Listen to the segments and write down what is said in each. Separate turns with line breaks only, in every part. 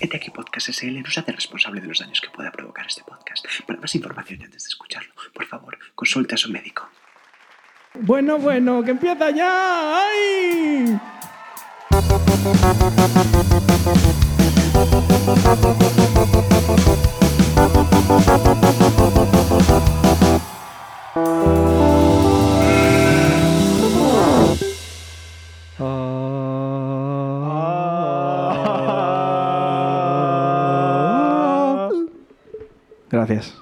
ETX Este Podcast SL no se hace responsable de los daños que pueda provocar este podcast. Para más información y antes de escucharlo, por favor, consulte a su médico.
Bueno, bueno, que empieza ya. ¡Ay! Ah. Gracias.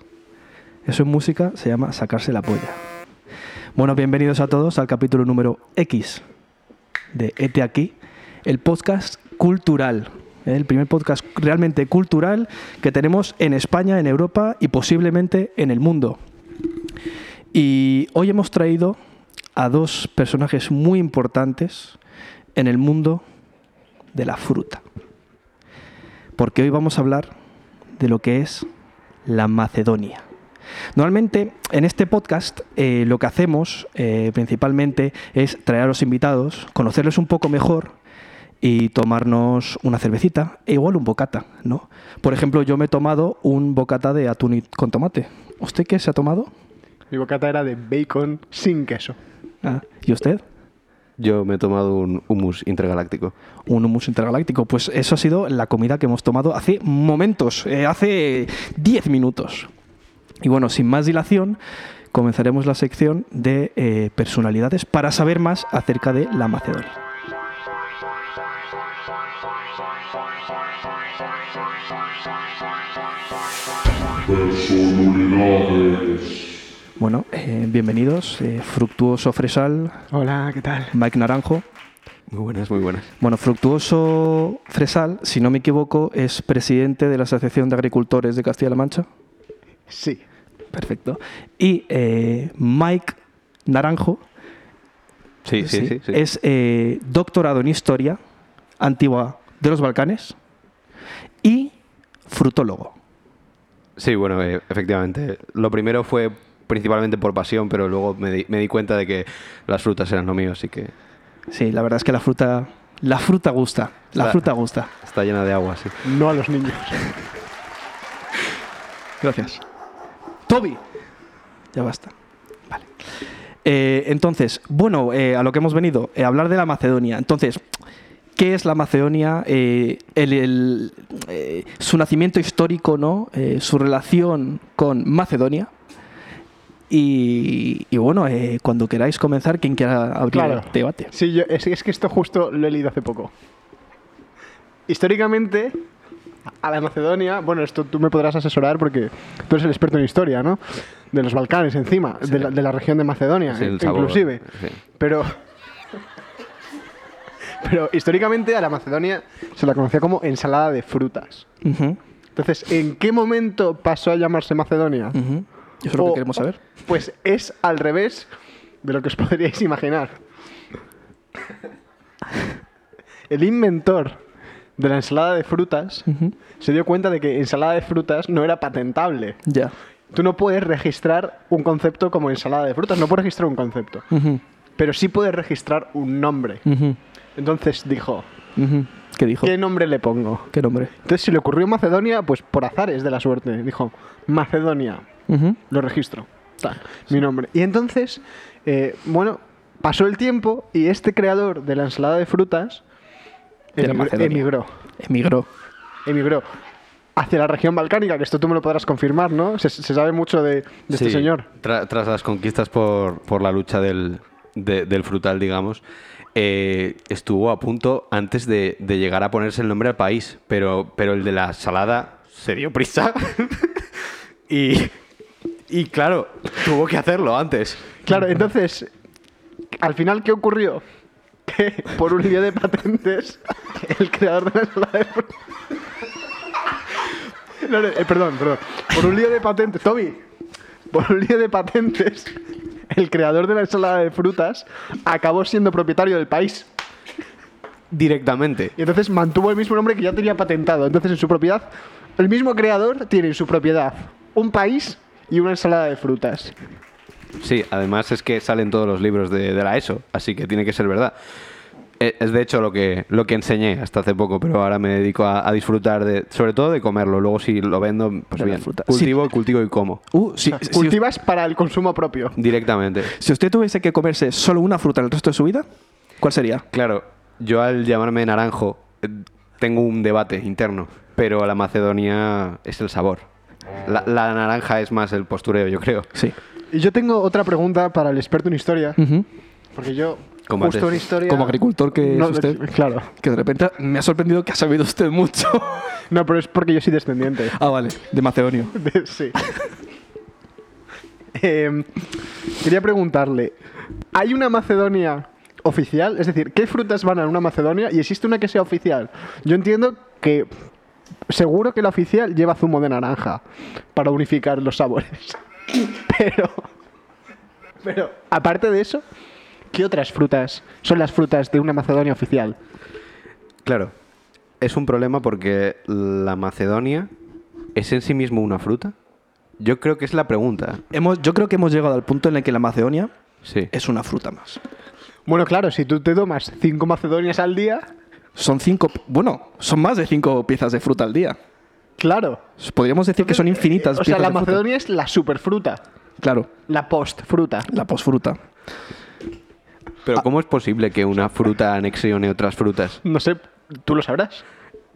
Eso en música se llama sacarse la polla. Bueno, bienvenidos a todos al capítulo número X de Ete aquí, el podcast cultural. ¿eh? El primer podcast realmente cultural que tenemos en España, en Europa y posiblemente en el mundo. Y hoy hemos traído a dos personajes muy importantes en el mundo de la fruta. Porque hoy vamos a hablar de lo que es la Macedonia. Normalmente en este podcast eh, lo que hacemos eh, principalmente es traer a los invitados, conocerles un poco mejor y tomarnos una cervecita e igual un bocata, ¿no? Por ejemplo, yo me he tomado un bocata de atún y- con tomate. ¿Usted qué se ha tomado?
Mi bocata era de bacon sin queso.
Ah, ¿Y usted?
Yo me he tomado un hummus intergaláctico.
un humus intergaláctico. Pues eso ha sido la comida que hemos tomado hace momentos, eh, hace 10 minutos. Y bueno, sin más dilación, comenzaremos la sección de eh, personalidades para saber más acerca de la Macedonia. Bueno, eh, bienvenidos, eh, Fructuoso Fresal,
Hola, ¿qué tal?
Mike Naranjo.
Muy buenas, muy buenas.
Bueno, Fructuoso Fresal, si no me equivoco, es presidente de la Asociación de Agricultores de Castilla-La Mancha.
Sí.
Perfecto. Y eh, Mike Naranjo
Sí, sí, sí. sí.
es eh, doctorado en Historia Antigua de los Balcanes y frutólogo.
Sí, bueno, eh, efectivamente. Lo primero fue principalmente por pasión, pero luego me di, me di cuenta de que las frutas eran lo mío, así que
Sí, la verdad es que la fruta, la fruta gusta, la
Está-
fruta gusta.
está llena de agua, sí.
No a los niños.
Gracias. Toby. Ya basta. Vale. Eh, entonces, bueno, eh, a lo que hemos venido, eh, hablar de la Macedonia. Entonces, ¿qué es la Macedonia? Eh, el- el, eh, su nacimiento histórico, ¿no? Eh, su relación con Macedonia. Y, y bueno, eh, cuando queráis comenzar, quien quiera abrir
Claro.
el debate.
Sí, yo, es, es que esto justo lo he leído hace poco. Históricamente, a la Macedonia, bueno, esto tú me podrás asesorar porque tú eres el experto en historia, ¿no? De los Balcanes, encima, de, la, de la región de Macedonia,
Sí, el
in-
sabor,
inclusive.
sí.
Pero. Pero históricamente a la Macedonia se la conocía como ensalada de frutas.
Ujú,
Entonces, ¿en qué momento pasó a llamarse Macedonia?
Mm.
ujú. Eso es lo que
O-
queremos saber.
Pues es al revés de lo que os podríais imaginar. El inventor de la ensalada de frutas
Ujú.
se dio cuenta de que ensalada de frutas no era patentable.
Ya.
Tú no puedes registrar un concepto como ensalada de frutas, no puedes registrar un concepto,
Ujú,
pero sí puedes registrar un nombre.
ujú,
Entonces dijo,
ujú. ¿Qué dijo?
¿qué nombre le pongo?
¿Qué nombre?
Entonces se le ocurrió Macedonia, pues por azares de la suerte. Dijo, Macedonia.
Ujú.
lo registro. Ta, mi nombre. Y entonces, eh, bueno, pasó el tiempo y este creador de la ensalada de frutas
Era
emigr-
Macedonia.
emigró,
Emigró.
emigró hacia la región balcánica, que esto tú me lo podrás confirmar, ¿no? Se, se sabe mucho de, de este
Sí,
señor.
tra- tras las conquistas por, por la lucha del, de- del frutal, digamos, eh, estuvo a punto antes de, de llegar a ponerse el nombre al país, pero, pero el de la salada se dio prisa y, y, claro, tuvo que hacerlo antes.
Claro, entonces, al final, ¿qué ocurrió? Que por un lío de patentes, el creador de la ensalada de frutas... No, no, eh, perdón, perdón. Por un lío de patentes, Toby, por un lío de patentes, el creador de la ensalada de frutas acabó siendo propietario del país.
Directamente.
Y entonces mantuvo el mismo nombre que ya tenía patentado. Entonces, en su propiedad, el mismo creador tiene en su propiedad un país y una ensalada de frutas.
Sí, además es que salen todos los libros de, de la ESO, así que tiene que ser verdad. Eh, Es de hecho lo que, lo que enseñé hasta hace poco, pero ahora me dedico a, a disfrutar de, sobre todo de comerlo. Luego si lo vendo,
De
pues
la
bien,
fruta.
cultivo, cultivo y como
Uh, si, si-
Cultivas para el consumo propio.
directamente.
si usted tuviese que comerse solo una fruta el resto de su vida, ¿cuál sería?
Claro, yo al llamarme naranjo eh, tengo un debate interno, pero la Macedonia es el sabor. La, la naranja es más el postureo, yo creo.
Sí.
Y yo tengo otra pregunta para el experto en historia,
Ujú.
porque yo
Como
justo en
antes.
historia...
Como agricultor que
No,
es usted,
Claro.
que de repente me ha sorprendido que ha sabido usted mucho.
No, pero es porque yo soy descendiente.
ah, vale, de Macedonio.
De- sí. Em, quería preguntarle, ¿hay una Macedonia oficial? Es decir, ¿qué frutas van a una Macedonia y existe una que sea oficial? Yo entiendo que seguro que la oficial lleva zumo de naranja para unificar los sabores. Pero, pero aparte de eso, ¿qué otras frutas son las frutas de una Macedonia oficial?
Claro, es un problema porque la Macedonia es en sí mismo una fruta. Yo creo que es la pregunta.
Hemos, yo creo que hemos llegado al punto en el que la Macedonia
Sí.
es una fruta más.
Bueno, claro, si tú te tomas cinco Macedonias al día,
Son cinco, bueno, son más de cinco piezas de fruta al día.
claro.
Podríamos decir que son infinitas.
eh, O sea,
piezas
la
de fruta.
Macedonia es la superfruta.
Claro,
La post-fruta.
la posfruta. Ah.
Pero ¿cómo es posible que una fruta anexione otras frutas?
No sé, tú lo sabrás.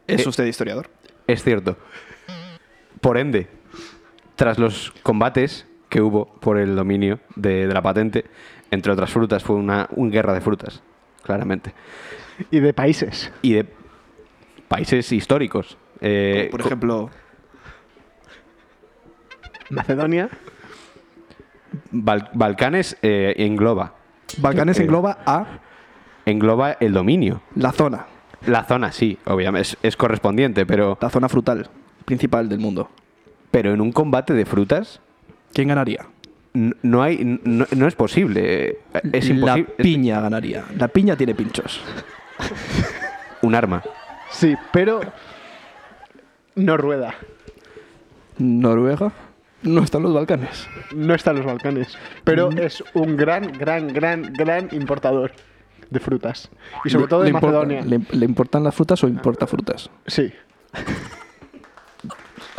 ¿Es
Eh,
usted historiador?
Es cierto. Por ende, tras los combates que hubo por el dominio de, de la patente, entre otras frutas, fue una, una guerra de frutas, claramente.
Y de países.
Y de países históricos. Eh,
Por
co-
ejemplo,
Macedonia.
Bal- Balcanes eh, engloba.
Balcanes
eh,
engloba a
Engloba el dominio.
la zona,
La zona sí, obviamente, es, es correspondiente, pero,
la zona frutal principal del mundo.
pero en un combate de frutas
¿Quién ganaría?
n- no, hay, n- no, no es posible. eh, Es
la
imposible. es
piña ganaría. La piña tiene pinchos.
un arma.
Sí, pero no rueda.
Noruega no está en los Balcanes.
No está en los Balcanes. Pero
Mm.
es un gran, gran, gran, gran importador de frutas. Y sobre
Le-
todo
le
de
importa-
Macedonia.
le, le importan las frutas o importa frutas?
Sí.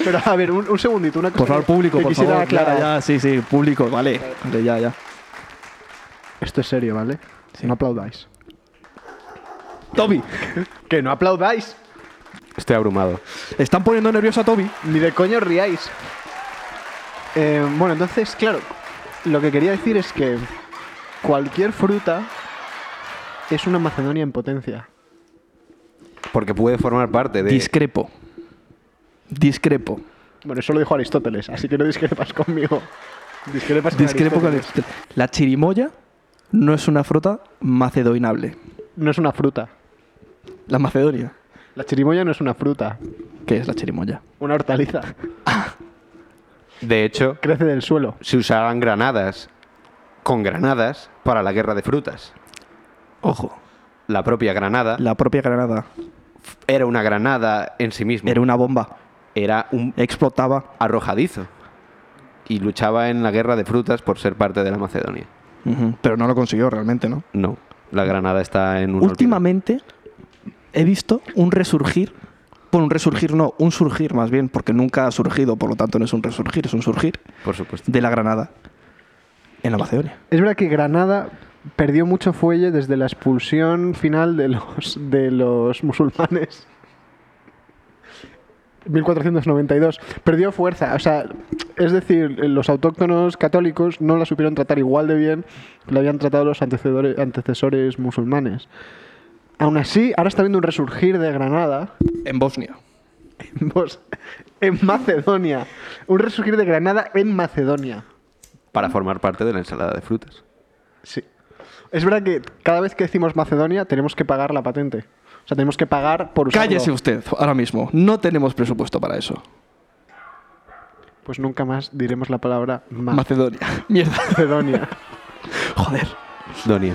Pero a ver, un, un segundito, una cosa.
Por favor,
que-
público,
que
por
quisiera
favor.
aclarar.
Ya, ya, sí, sí, público, vale. Vale, ya, ya.
Esto es serio, ¿vale? No aplaudáis.
Toby,
Que no aplaudáis.
Estoy abrumado.
están poniendo nervioso a Toby.
Ni de coño os riáis. Eh, bueno, entonces, claro, lo que quería decir es que cualquier fruta es una Macedonia en potencia.
Porque puede formar parte de.
Discrepo. Discrepo.
Bueno, eso lo dijo Aristóteles, así que no discrepas conmigo. Discrepas con
Discrepo con
Aristóteles.
el- La chirimoya no es una fruta macedoinable.
No es una fruta.
La Macedonia.
La chirimoya no es una fruta.
¿Qué es la chirimoya?
Una hortaliza.
de hecho,
Crece del suelo.
se usaban granadas con granadas para la guerra de frutas.
Ojo,
La propia granada
la propia granada
era una granada en sí misma.
era una bomba.
Era un
Explotaba.
arrojadizo. Y luchaba en la guerra de frutas por ser parte de la Macedonia.
Ujú, Pero no lo consiguió realmente, ¿no?
No, la granada está en un. olvido.
Últimamente he visto un resurgir. Bueno, un resurgir no, un surgir más bien, porque nunca ha surgido, por lo tanto no es un resurgir, es un surgir
Por supuesto.
de la granada en la Macedonia.
Es verdad que Granada perdió mucho fuelle desde la expulsión final de los, de los musulmanes. 1492. Perdió fuerza. O sea, es decir, los autóctonos católicos no la supieron tratar igual de bien que la habían tratado los antecedores- antecesores musulmanes. Aún así, ahora está viendo un resurgir de Granada
En Bosnia.
en, Bos- en Macedonia. Un resurgir de Granada en Macedonia.
Para formar parte de la ensalada de frutas.
Sí. Es verdad que cada vez que decimos Macedonia tenemos que pagar la patente. O sea, tenemos que pagar por usarlo.
Cállese usted ahora mismo, no tenemos presupuesto para eso.
Pues nunca más diremos la palabra ma-
Macedonia. Mierda.
Macedonia.
Joder.
Donia.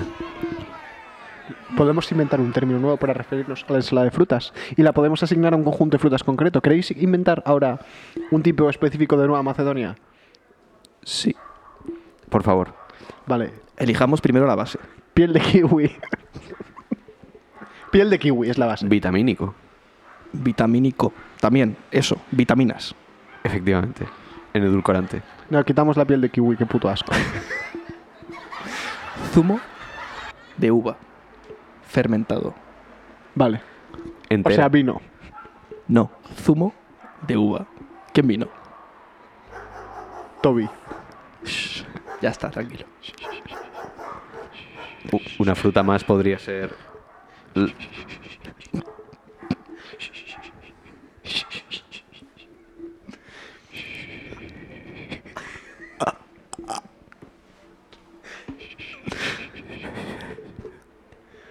podemos inventar un término nuevo para referirnos a la ensalada de frutas y la podemos asignar a un conjunto de frutas concreto. ¿Queréis inventar ahora un tipo específico de Nueva Macedonia?
Sí.
Por favor.
Vale.
Elijamos primero la base.
Piel de kiwi. piel de kiwi, es la base.
Vitamínico,
Vitamínico. También, eso, vitaminas.
efectivamente. En edulcorante.
No, quitamos la piel de kiwi, qué puto asco.
Zumo de uva. Fermentado.
Vale. O
Entera.
sea, vino.
No, zumo de uva. ¿Quién vino?
Toby.
Ya está, tranquilo.
U- una fruta más podría ser. l-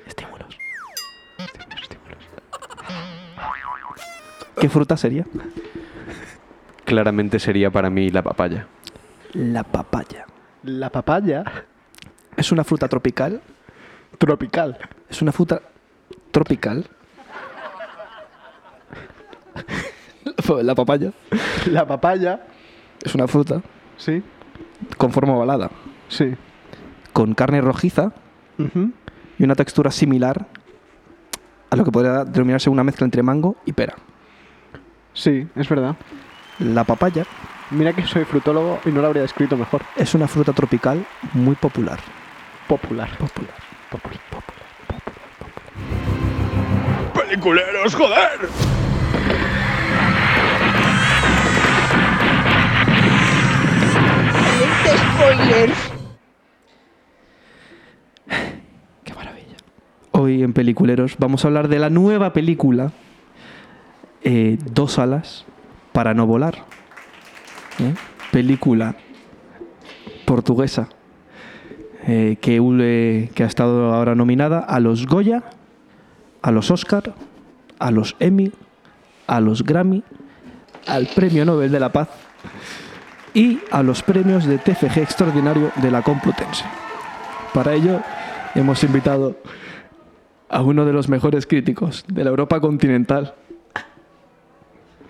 Estímulos. ¿Qué fruta sería?
Claramente sería para mí la papaya.
La papaya.
La papaya
Es una fruta tropical.
tropical.
Es una fruta tropical. La papaya
La papaya,
es una fruta
sí,
con forma ovalada,
sí.
con carne rojiza
Ujú.
y una textura similar a lo que podría denominarse una mezcla entre mango y pera.
Sí, es verdad.
La papaya
Mira que soy frutólogo y no lo habría descrito mejor.
es una fruta tropical muy popular.
Popular.
Popular. Popular.
¡Peliculeros, joder!
spoilers.
Qué maravilla. Hoy en Peliculeros vamos a hablar de la nueva película eh, Dos alas para no volar. ¿Eh? Película portuguesa eh, que, eh, que ha estado ahora nominada a los Goya, a los Oscar, a los Emmy, a los Grammy, al Premio Nobel de la Paz y a los premios de TFG Extraordinario de la Complutense. Para ello hemos invitado a uno de los mejores críticos de la Europa continental,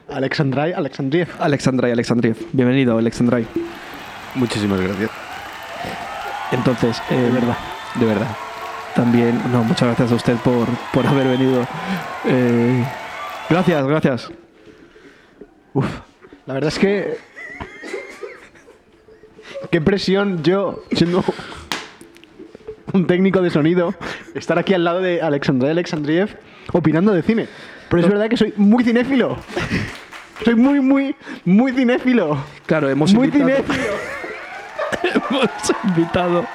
Alexandrai, Alexandriev.
Alexandrai Alexandriev. Bienvenido, Alexandrai.
Muchísimas gracias.
Entonces, eh, de verdad, de verdad. También, no, muchas gracias a usted por, por haber venido. Eh, gracias, gracias.
La verdad es que... Qué presión yo, siendo un técnico de sonido, estar aquí al lado de Alexandrai Alexandriev opinando de cine. Pero es verdad que soy muy cinéfilo. Soy muy, muy, muy cinéfilo.
Claro, hemos
Muy
invitado,
cinéfilo.
hemos invitado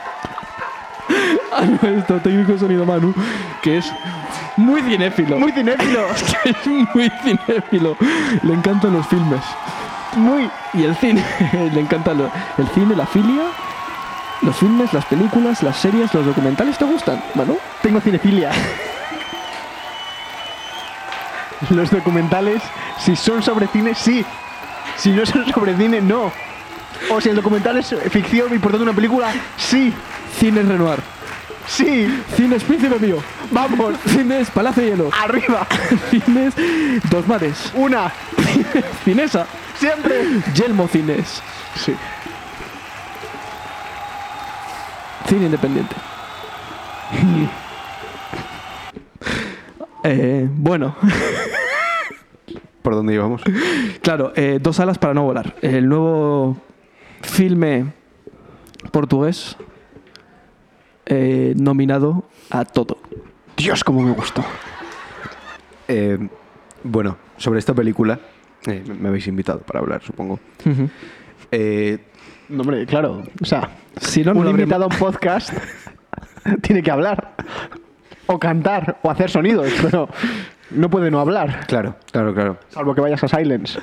a nuestro técnico de sonido Manu, que es muy cinéfilo.
Muy cinéfilo.
que es muy cinéfilo. Le encantan los filmes.
Muy...
Y el cine, le encanta lo- el cine, la filia, los filmes, las películas, las series, los documentales, ¿te gustan, Manu?
Tengo cinefilia. Los documentales, si son sobre cine, sí. Si no son sobre cine, no. O si el documental es ficción y por tanto una película, sí.
Cines Renoir,
Sí.
cines Príncipe Mío,
Vamos.
cines Palacio de Hielo,
Arriba.
cines Dos Mares,
Una.
cinesa,
Siempre.
Yelmo Cines,
Sí.
cine independiente. Eh, bueno,
¿Por dónde íbamos?
Claro, eh, Dos alas para no volar. El nuevo filme portugués eh, nominado a todo.
Dios, cómo me gustó.
Eh, bueno, sobre esta película, eh, me habéis invitado para hablar, supongo. Eh,
No, hombre, claro. O sea,
Si no, no
un
lo habremos-
invitado a un podcast tiene que hablar. O cantar. O hacer sonidos. Pero no puede no hablar.
claro, claro, claro.
Salvo que vayas a Silence.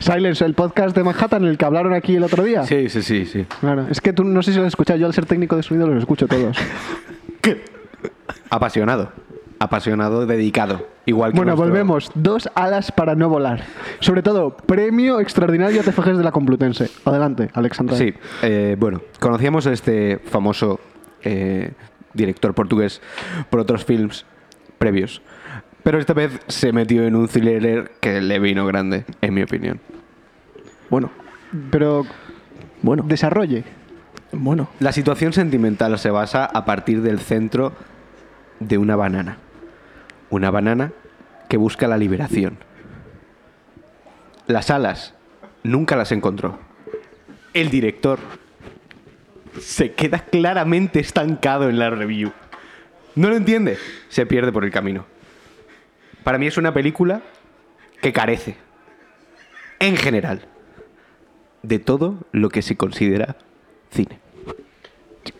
Silence, el podcast de Manhattan, el que hablaron aquí el otro día.
Sí, sí, sí, sí.
Claro, es que tú no sé si lo has escuchado, yo al ser técnico de sonido los escucho todos.
Apasionado. Apasionado, dedicado. Igual que
bueno,
nuestro-
volvemos. Dos alas para no volar. Sobre todo, premio extraordinario a TFGs de la Complutense. Adelante, Alexandra.
Sí, eh, bueno, conocíamos a este famoso eh, director portugués por otros films previos. Pero esta vez se metió en un thriller que le vino grande, en mi opinión.
Bueno,
Pero
bueno,
desarrolle.
bueno.
La situación sentimental se basa a partir del centro de una banana. Una banana que busca la liberación. Las alas nunca las encontró. El director se queda claramente estancado en la review. No lo entiende. Se pierde por el camino. Para mí es una película que carece, en general, de todo lo que se considera cine.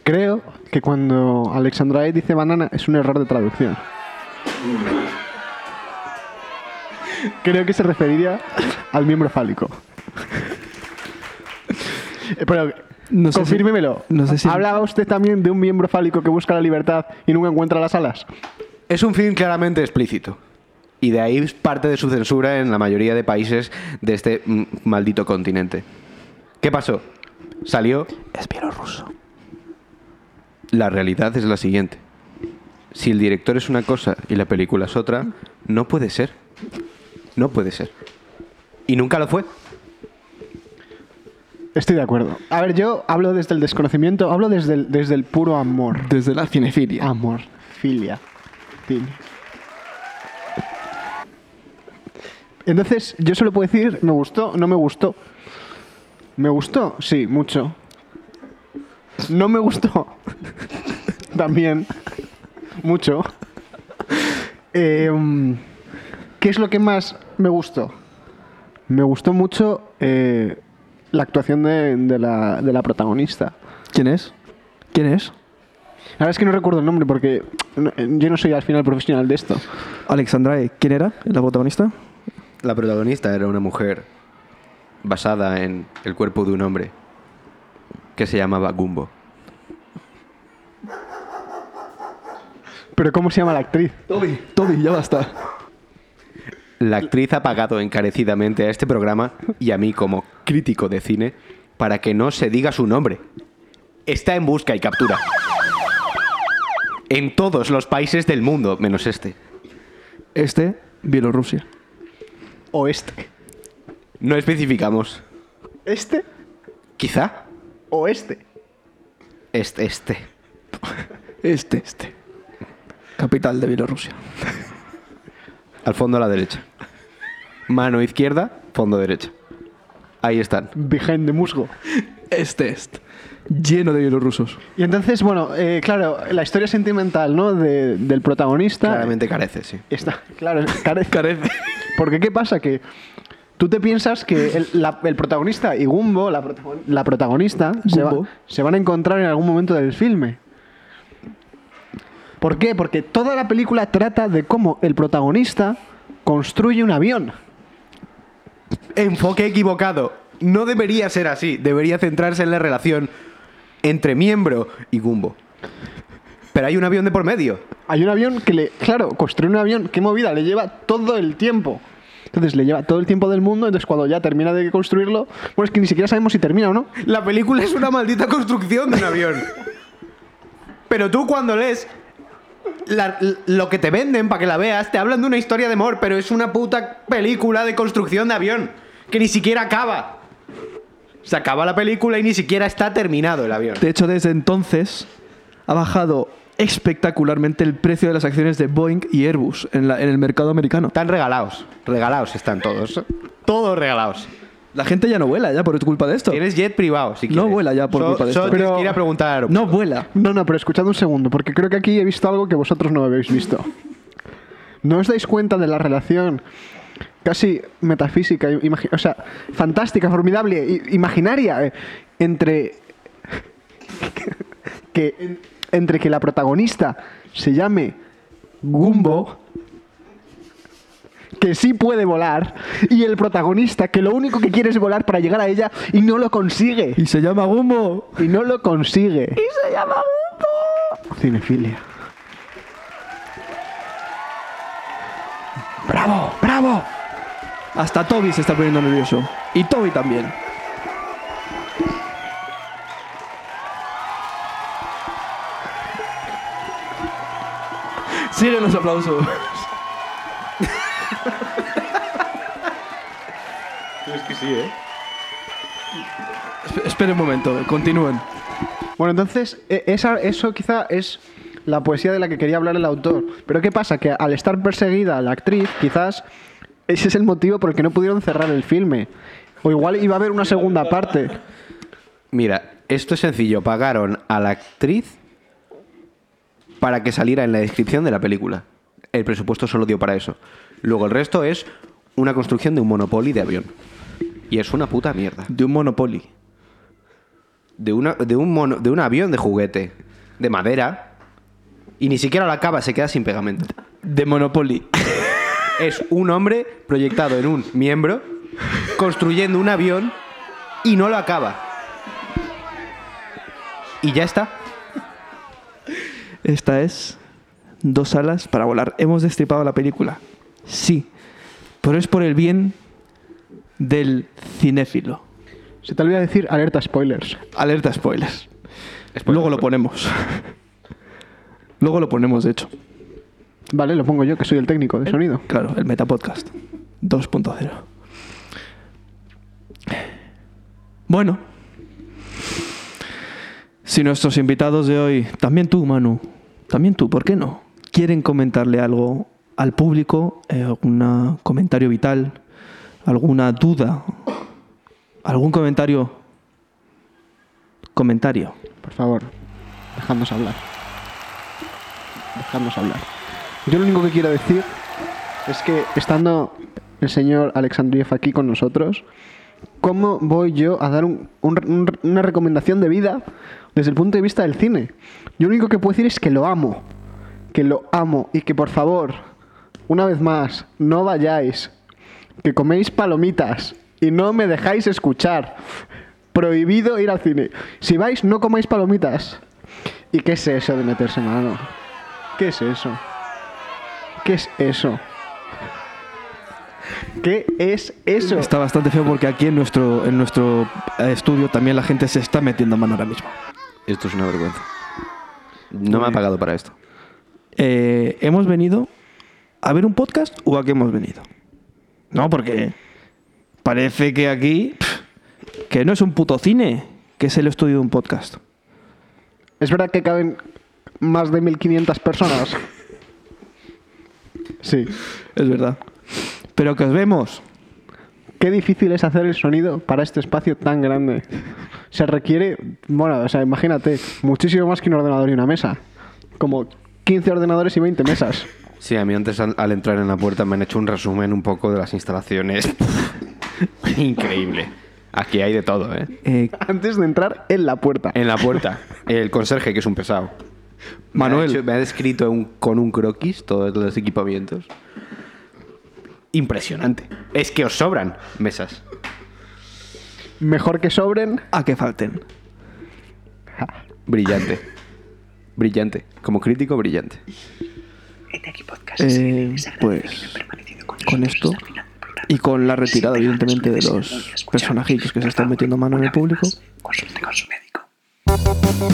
Creo que cuando Alexandra E dice banana es un error de traducción. Creo que se referiría al miembro fálico. Eh, Pero
No sé si-
confírmemelo.
no sé si-
¿Hablaba usted también de un miembro fálico que busca la libertad y nunca encuentra las alas?
Es un film claramente explícito. Y de ahí parte de su censura en la mayoría de países de este mm, maldito continente. ¿Qué pasó? Salió
Es bielorruso.
La realidad es la siguiente. Si el director es una cosa y la película es otra, no puede ser. No puede ser. Y nunca lo fue.
Estoy de acuerdo. A ver, yo hablo desde el desconocimiento, hablo desde el, desde el puro amor.
Desde la cinefilia.
Amor, filia. Fin. Entonces, yo solo puedo decir, me gustó, no me gustó. ¿Me gustó? Sí, mucho. No me gustó. También. Mucho. Eh, mm, ¿Qué es lo que más me gustó? Me gustó mucho eh, la actuación de, de la, de la protagonista.
¿Quién es? ¿Quién es?
Ahora es que no recuerdo el nombre porque no- eh, yo no soy al final profesional de esto.
Alexandrae, eh, ¿quién era la protagonista?
La protagonista era una mujer basada en el cuerpo de un hombre que se llamaba Gumbo.
Pero ¿cómo se llama la actriz?
Toby, Toby, ya basta.
La actriz ha pagado encarecidamente a este programa y a mí como crítico de cine para que no se diga su nombre. Está en busca y captura. En todos los países del mundo, menos este.
Este, Bielorrusia.
¿O este?
No especificamos.
¿Este?
Quizá.
¿O este?
Este, este.
Este, este. Capital de Bielorrusia.
Al fondo a la derecha. Mano izquierda, fondo derecha. Ahí están.
Behind de musgo.
Este, este. Lleno de bielorrusos.
Y entonces, bueno, eh, claro, la historia sentimental, ¿no? De- del protagonista.
Claramente carece, sí.
Está, claro, carece.
Carece.
Porque ¿qué pasa? Que tú te piensas que el, la- el protagonista y Gumbo, la, protagon- la protagonista, se, va-
Gumbo.
se van a encontrar en algún momento del filme. ¿Por qué? Porque toda la película trata de cómo el protagonista construye un avión.
Enfoque equivocado. No debería ser así. Debería centrarse en la relación entre miembro y Gumbo. Pero hay un avión de por medio.
Hay un avión que le... Claro, construir un avión, qué movida, le lleva todo el tiempo. Entonces le lleva todo el tiempo del mundo, entonces cuando ya termina de construirlo, bueno, es que ni siquiera sabemos si termina o no.
La película es una maldita construcción de un avión. Pero tú cuando lees la- lo que te venden para que la veas, te hablan de una historia de amor, pero es una puta película de construcción de avión que ni siquiera acaba. Se acaba la película y ni siquiera está terminado el avión.
De hecho, desde entonces ha bajado espectacularmente el precio de las acciones de Boeing y Airbus en, la- en el mercado americano.
Están regalados, regalados están todos. Todos regalados.
La gente ya no vuela ya por culpa de esto.
Tienes jet privado, si
No
quieres.
vuela ya por
So-
culpa de
solo
esto.
tienes
Pero-
que ir a preguntar al aeropuerto.
No vuela.
No, no, pero escuchad un segundo, porque creo que aquí he visto algo que vosotros no habéis visto. ¿No os dais cuenta de la relación casi metafísica, imagi- o sea, fantástica, formidable, i- imaginaria, eh, entre que, en- entre que la protagonista se llame Gumbo, que sí puede volar, y el protagonista, que lo único que quiere es volar para llegar a ella y no lo consigue?
Y se llama Gumbo.
Y no lo consigue. Y se llama Bumbo. Cinefilia.
¡Bravo! ¡Bravo! Hasta Toby se está poniendo nervioso. Y Toby también. Siguen los aplausos. Es que sí, ¿eh? Esperen un momento, continúen.
Bueno, entonces, e- esa- eso quizá es la poesía de la que quería hablar el autor. Pero ¿qué pasa? Que al estar perseguida la actriz, quizás ese es el motivo por el que no pudieron cerrar el filme. O igual iba a haber una segunda parte.
Mira, esto es sencillo. Pagaron a la actriz para que saliera en la descripción de la película. El presupuesto solo dio para eso. Luego el resto es una construcción de un Monopoly de avión. Y es una puta mierda.
De un Monopoly.
De, una, de, un, mono- de un avión de juguete, de madera, y ni siquiera la acaba, se queda sin pegamento.
De Monopoly.
Es un hombre proyectado en un miembro, construyendo un avión, y no lo acaba. Y ya está.
Esta es Dos alas para volar. Hemos destripado la película. Sí. Pero es por el bien del cinéfilo.
Se te olvida decir alerta spoilers.
Alerta spoilers. Luego lo ponemos. Luego lo ponemos, de hecho.
Vale, lo pongo yo, que soy el técnico de sonido.
Claro, el Metapodcast 2.0. Bueno, si nuestros invitados de hoy, también tú, Manu, también tú, ¿por qué no? ¿Quieren comentarle algo al público? eh, ¿Algún comentario vital? ¿Alguna duda? ¿Algún comentario? Comentario.
Por favor, dejadnos hablar. Dejadnos hablar. Yo lo único que quiero decir es que estando el señor Alexandriev aquí con nosotros, ¿cómo voy yo a dar un- un- un- una recomendación de vida desde el punto de vista del cine? Yo lo único que puedo decir es que lo amo. Que lo amo y que por favor, una vez más, no vayáis. Que coméis palomitas y no me dejáis escuchar. Prohibido ir al cine. Si vais, no comáis palomitas. ¿Y qué es eso de meterse mano? ¿Qué es eso? ¿Qué es eso? ¿Qué es eso?
Está bastante feo porque aquí en nuestro, en nuestro eh, estudio también la gente se está metiendo mano ahora mismo.
Esto es una vergüenza. No me han pagado para esto.
Eh, ¿Hemos venido a ver un podcast o a qué hemos venido? No, porque parece que aquí. pf, que no es un puto cine, que es el estudio de un podcast.
¿Es verdad que caben más de 1500 personas? Sí.
Es verdad. Pero que os vemos.
Qué difícil es hacer el sonido para este espacio tan grande. Se requiere, bueno, o sea, imagínate, muchísimo más que un ordenador y una mesa. Como 15 ordenadores y 20 mesas.
Sí, a mí antes al, al entrar en la puerta me han hecho un resumen un poco de las instalaciones. Increíble. Aquí hay de todo, ¿eh?
Eh,
Antes de entrar en la puerta.
En la puerta, el conserje, que es un pesado.
Manuel.
Me ha, hecho- me ha descrito un- con un croquis todos los equipamientos. Impresionante. Es que os sobran mesas.
Mejor que sobren.
a que falten.
Brillante. Brillante. Como crítico, brillante.
Este aquí podcast
Eh,
es el les agradece
pues,
que hayan permanecido con,
con
nosotros
esto
hasta el final del programa.
y con la retirada,
Sin
evidentemente, de
dejarnos
los
escuchar.
personajillos que se
Por
están
favor,
metiendo mano en
una
el
vez
público.
más, Consulte con su médico.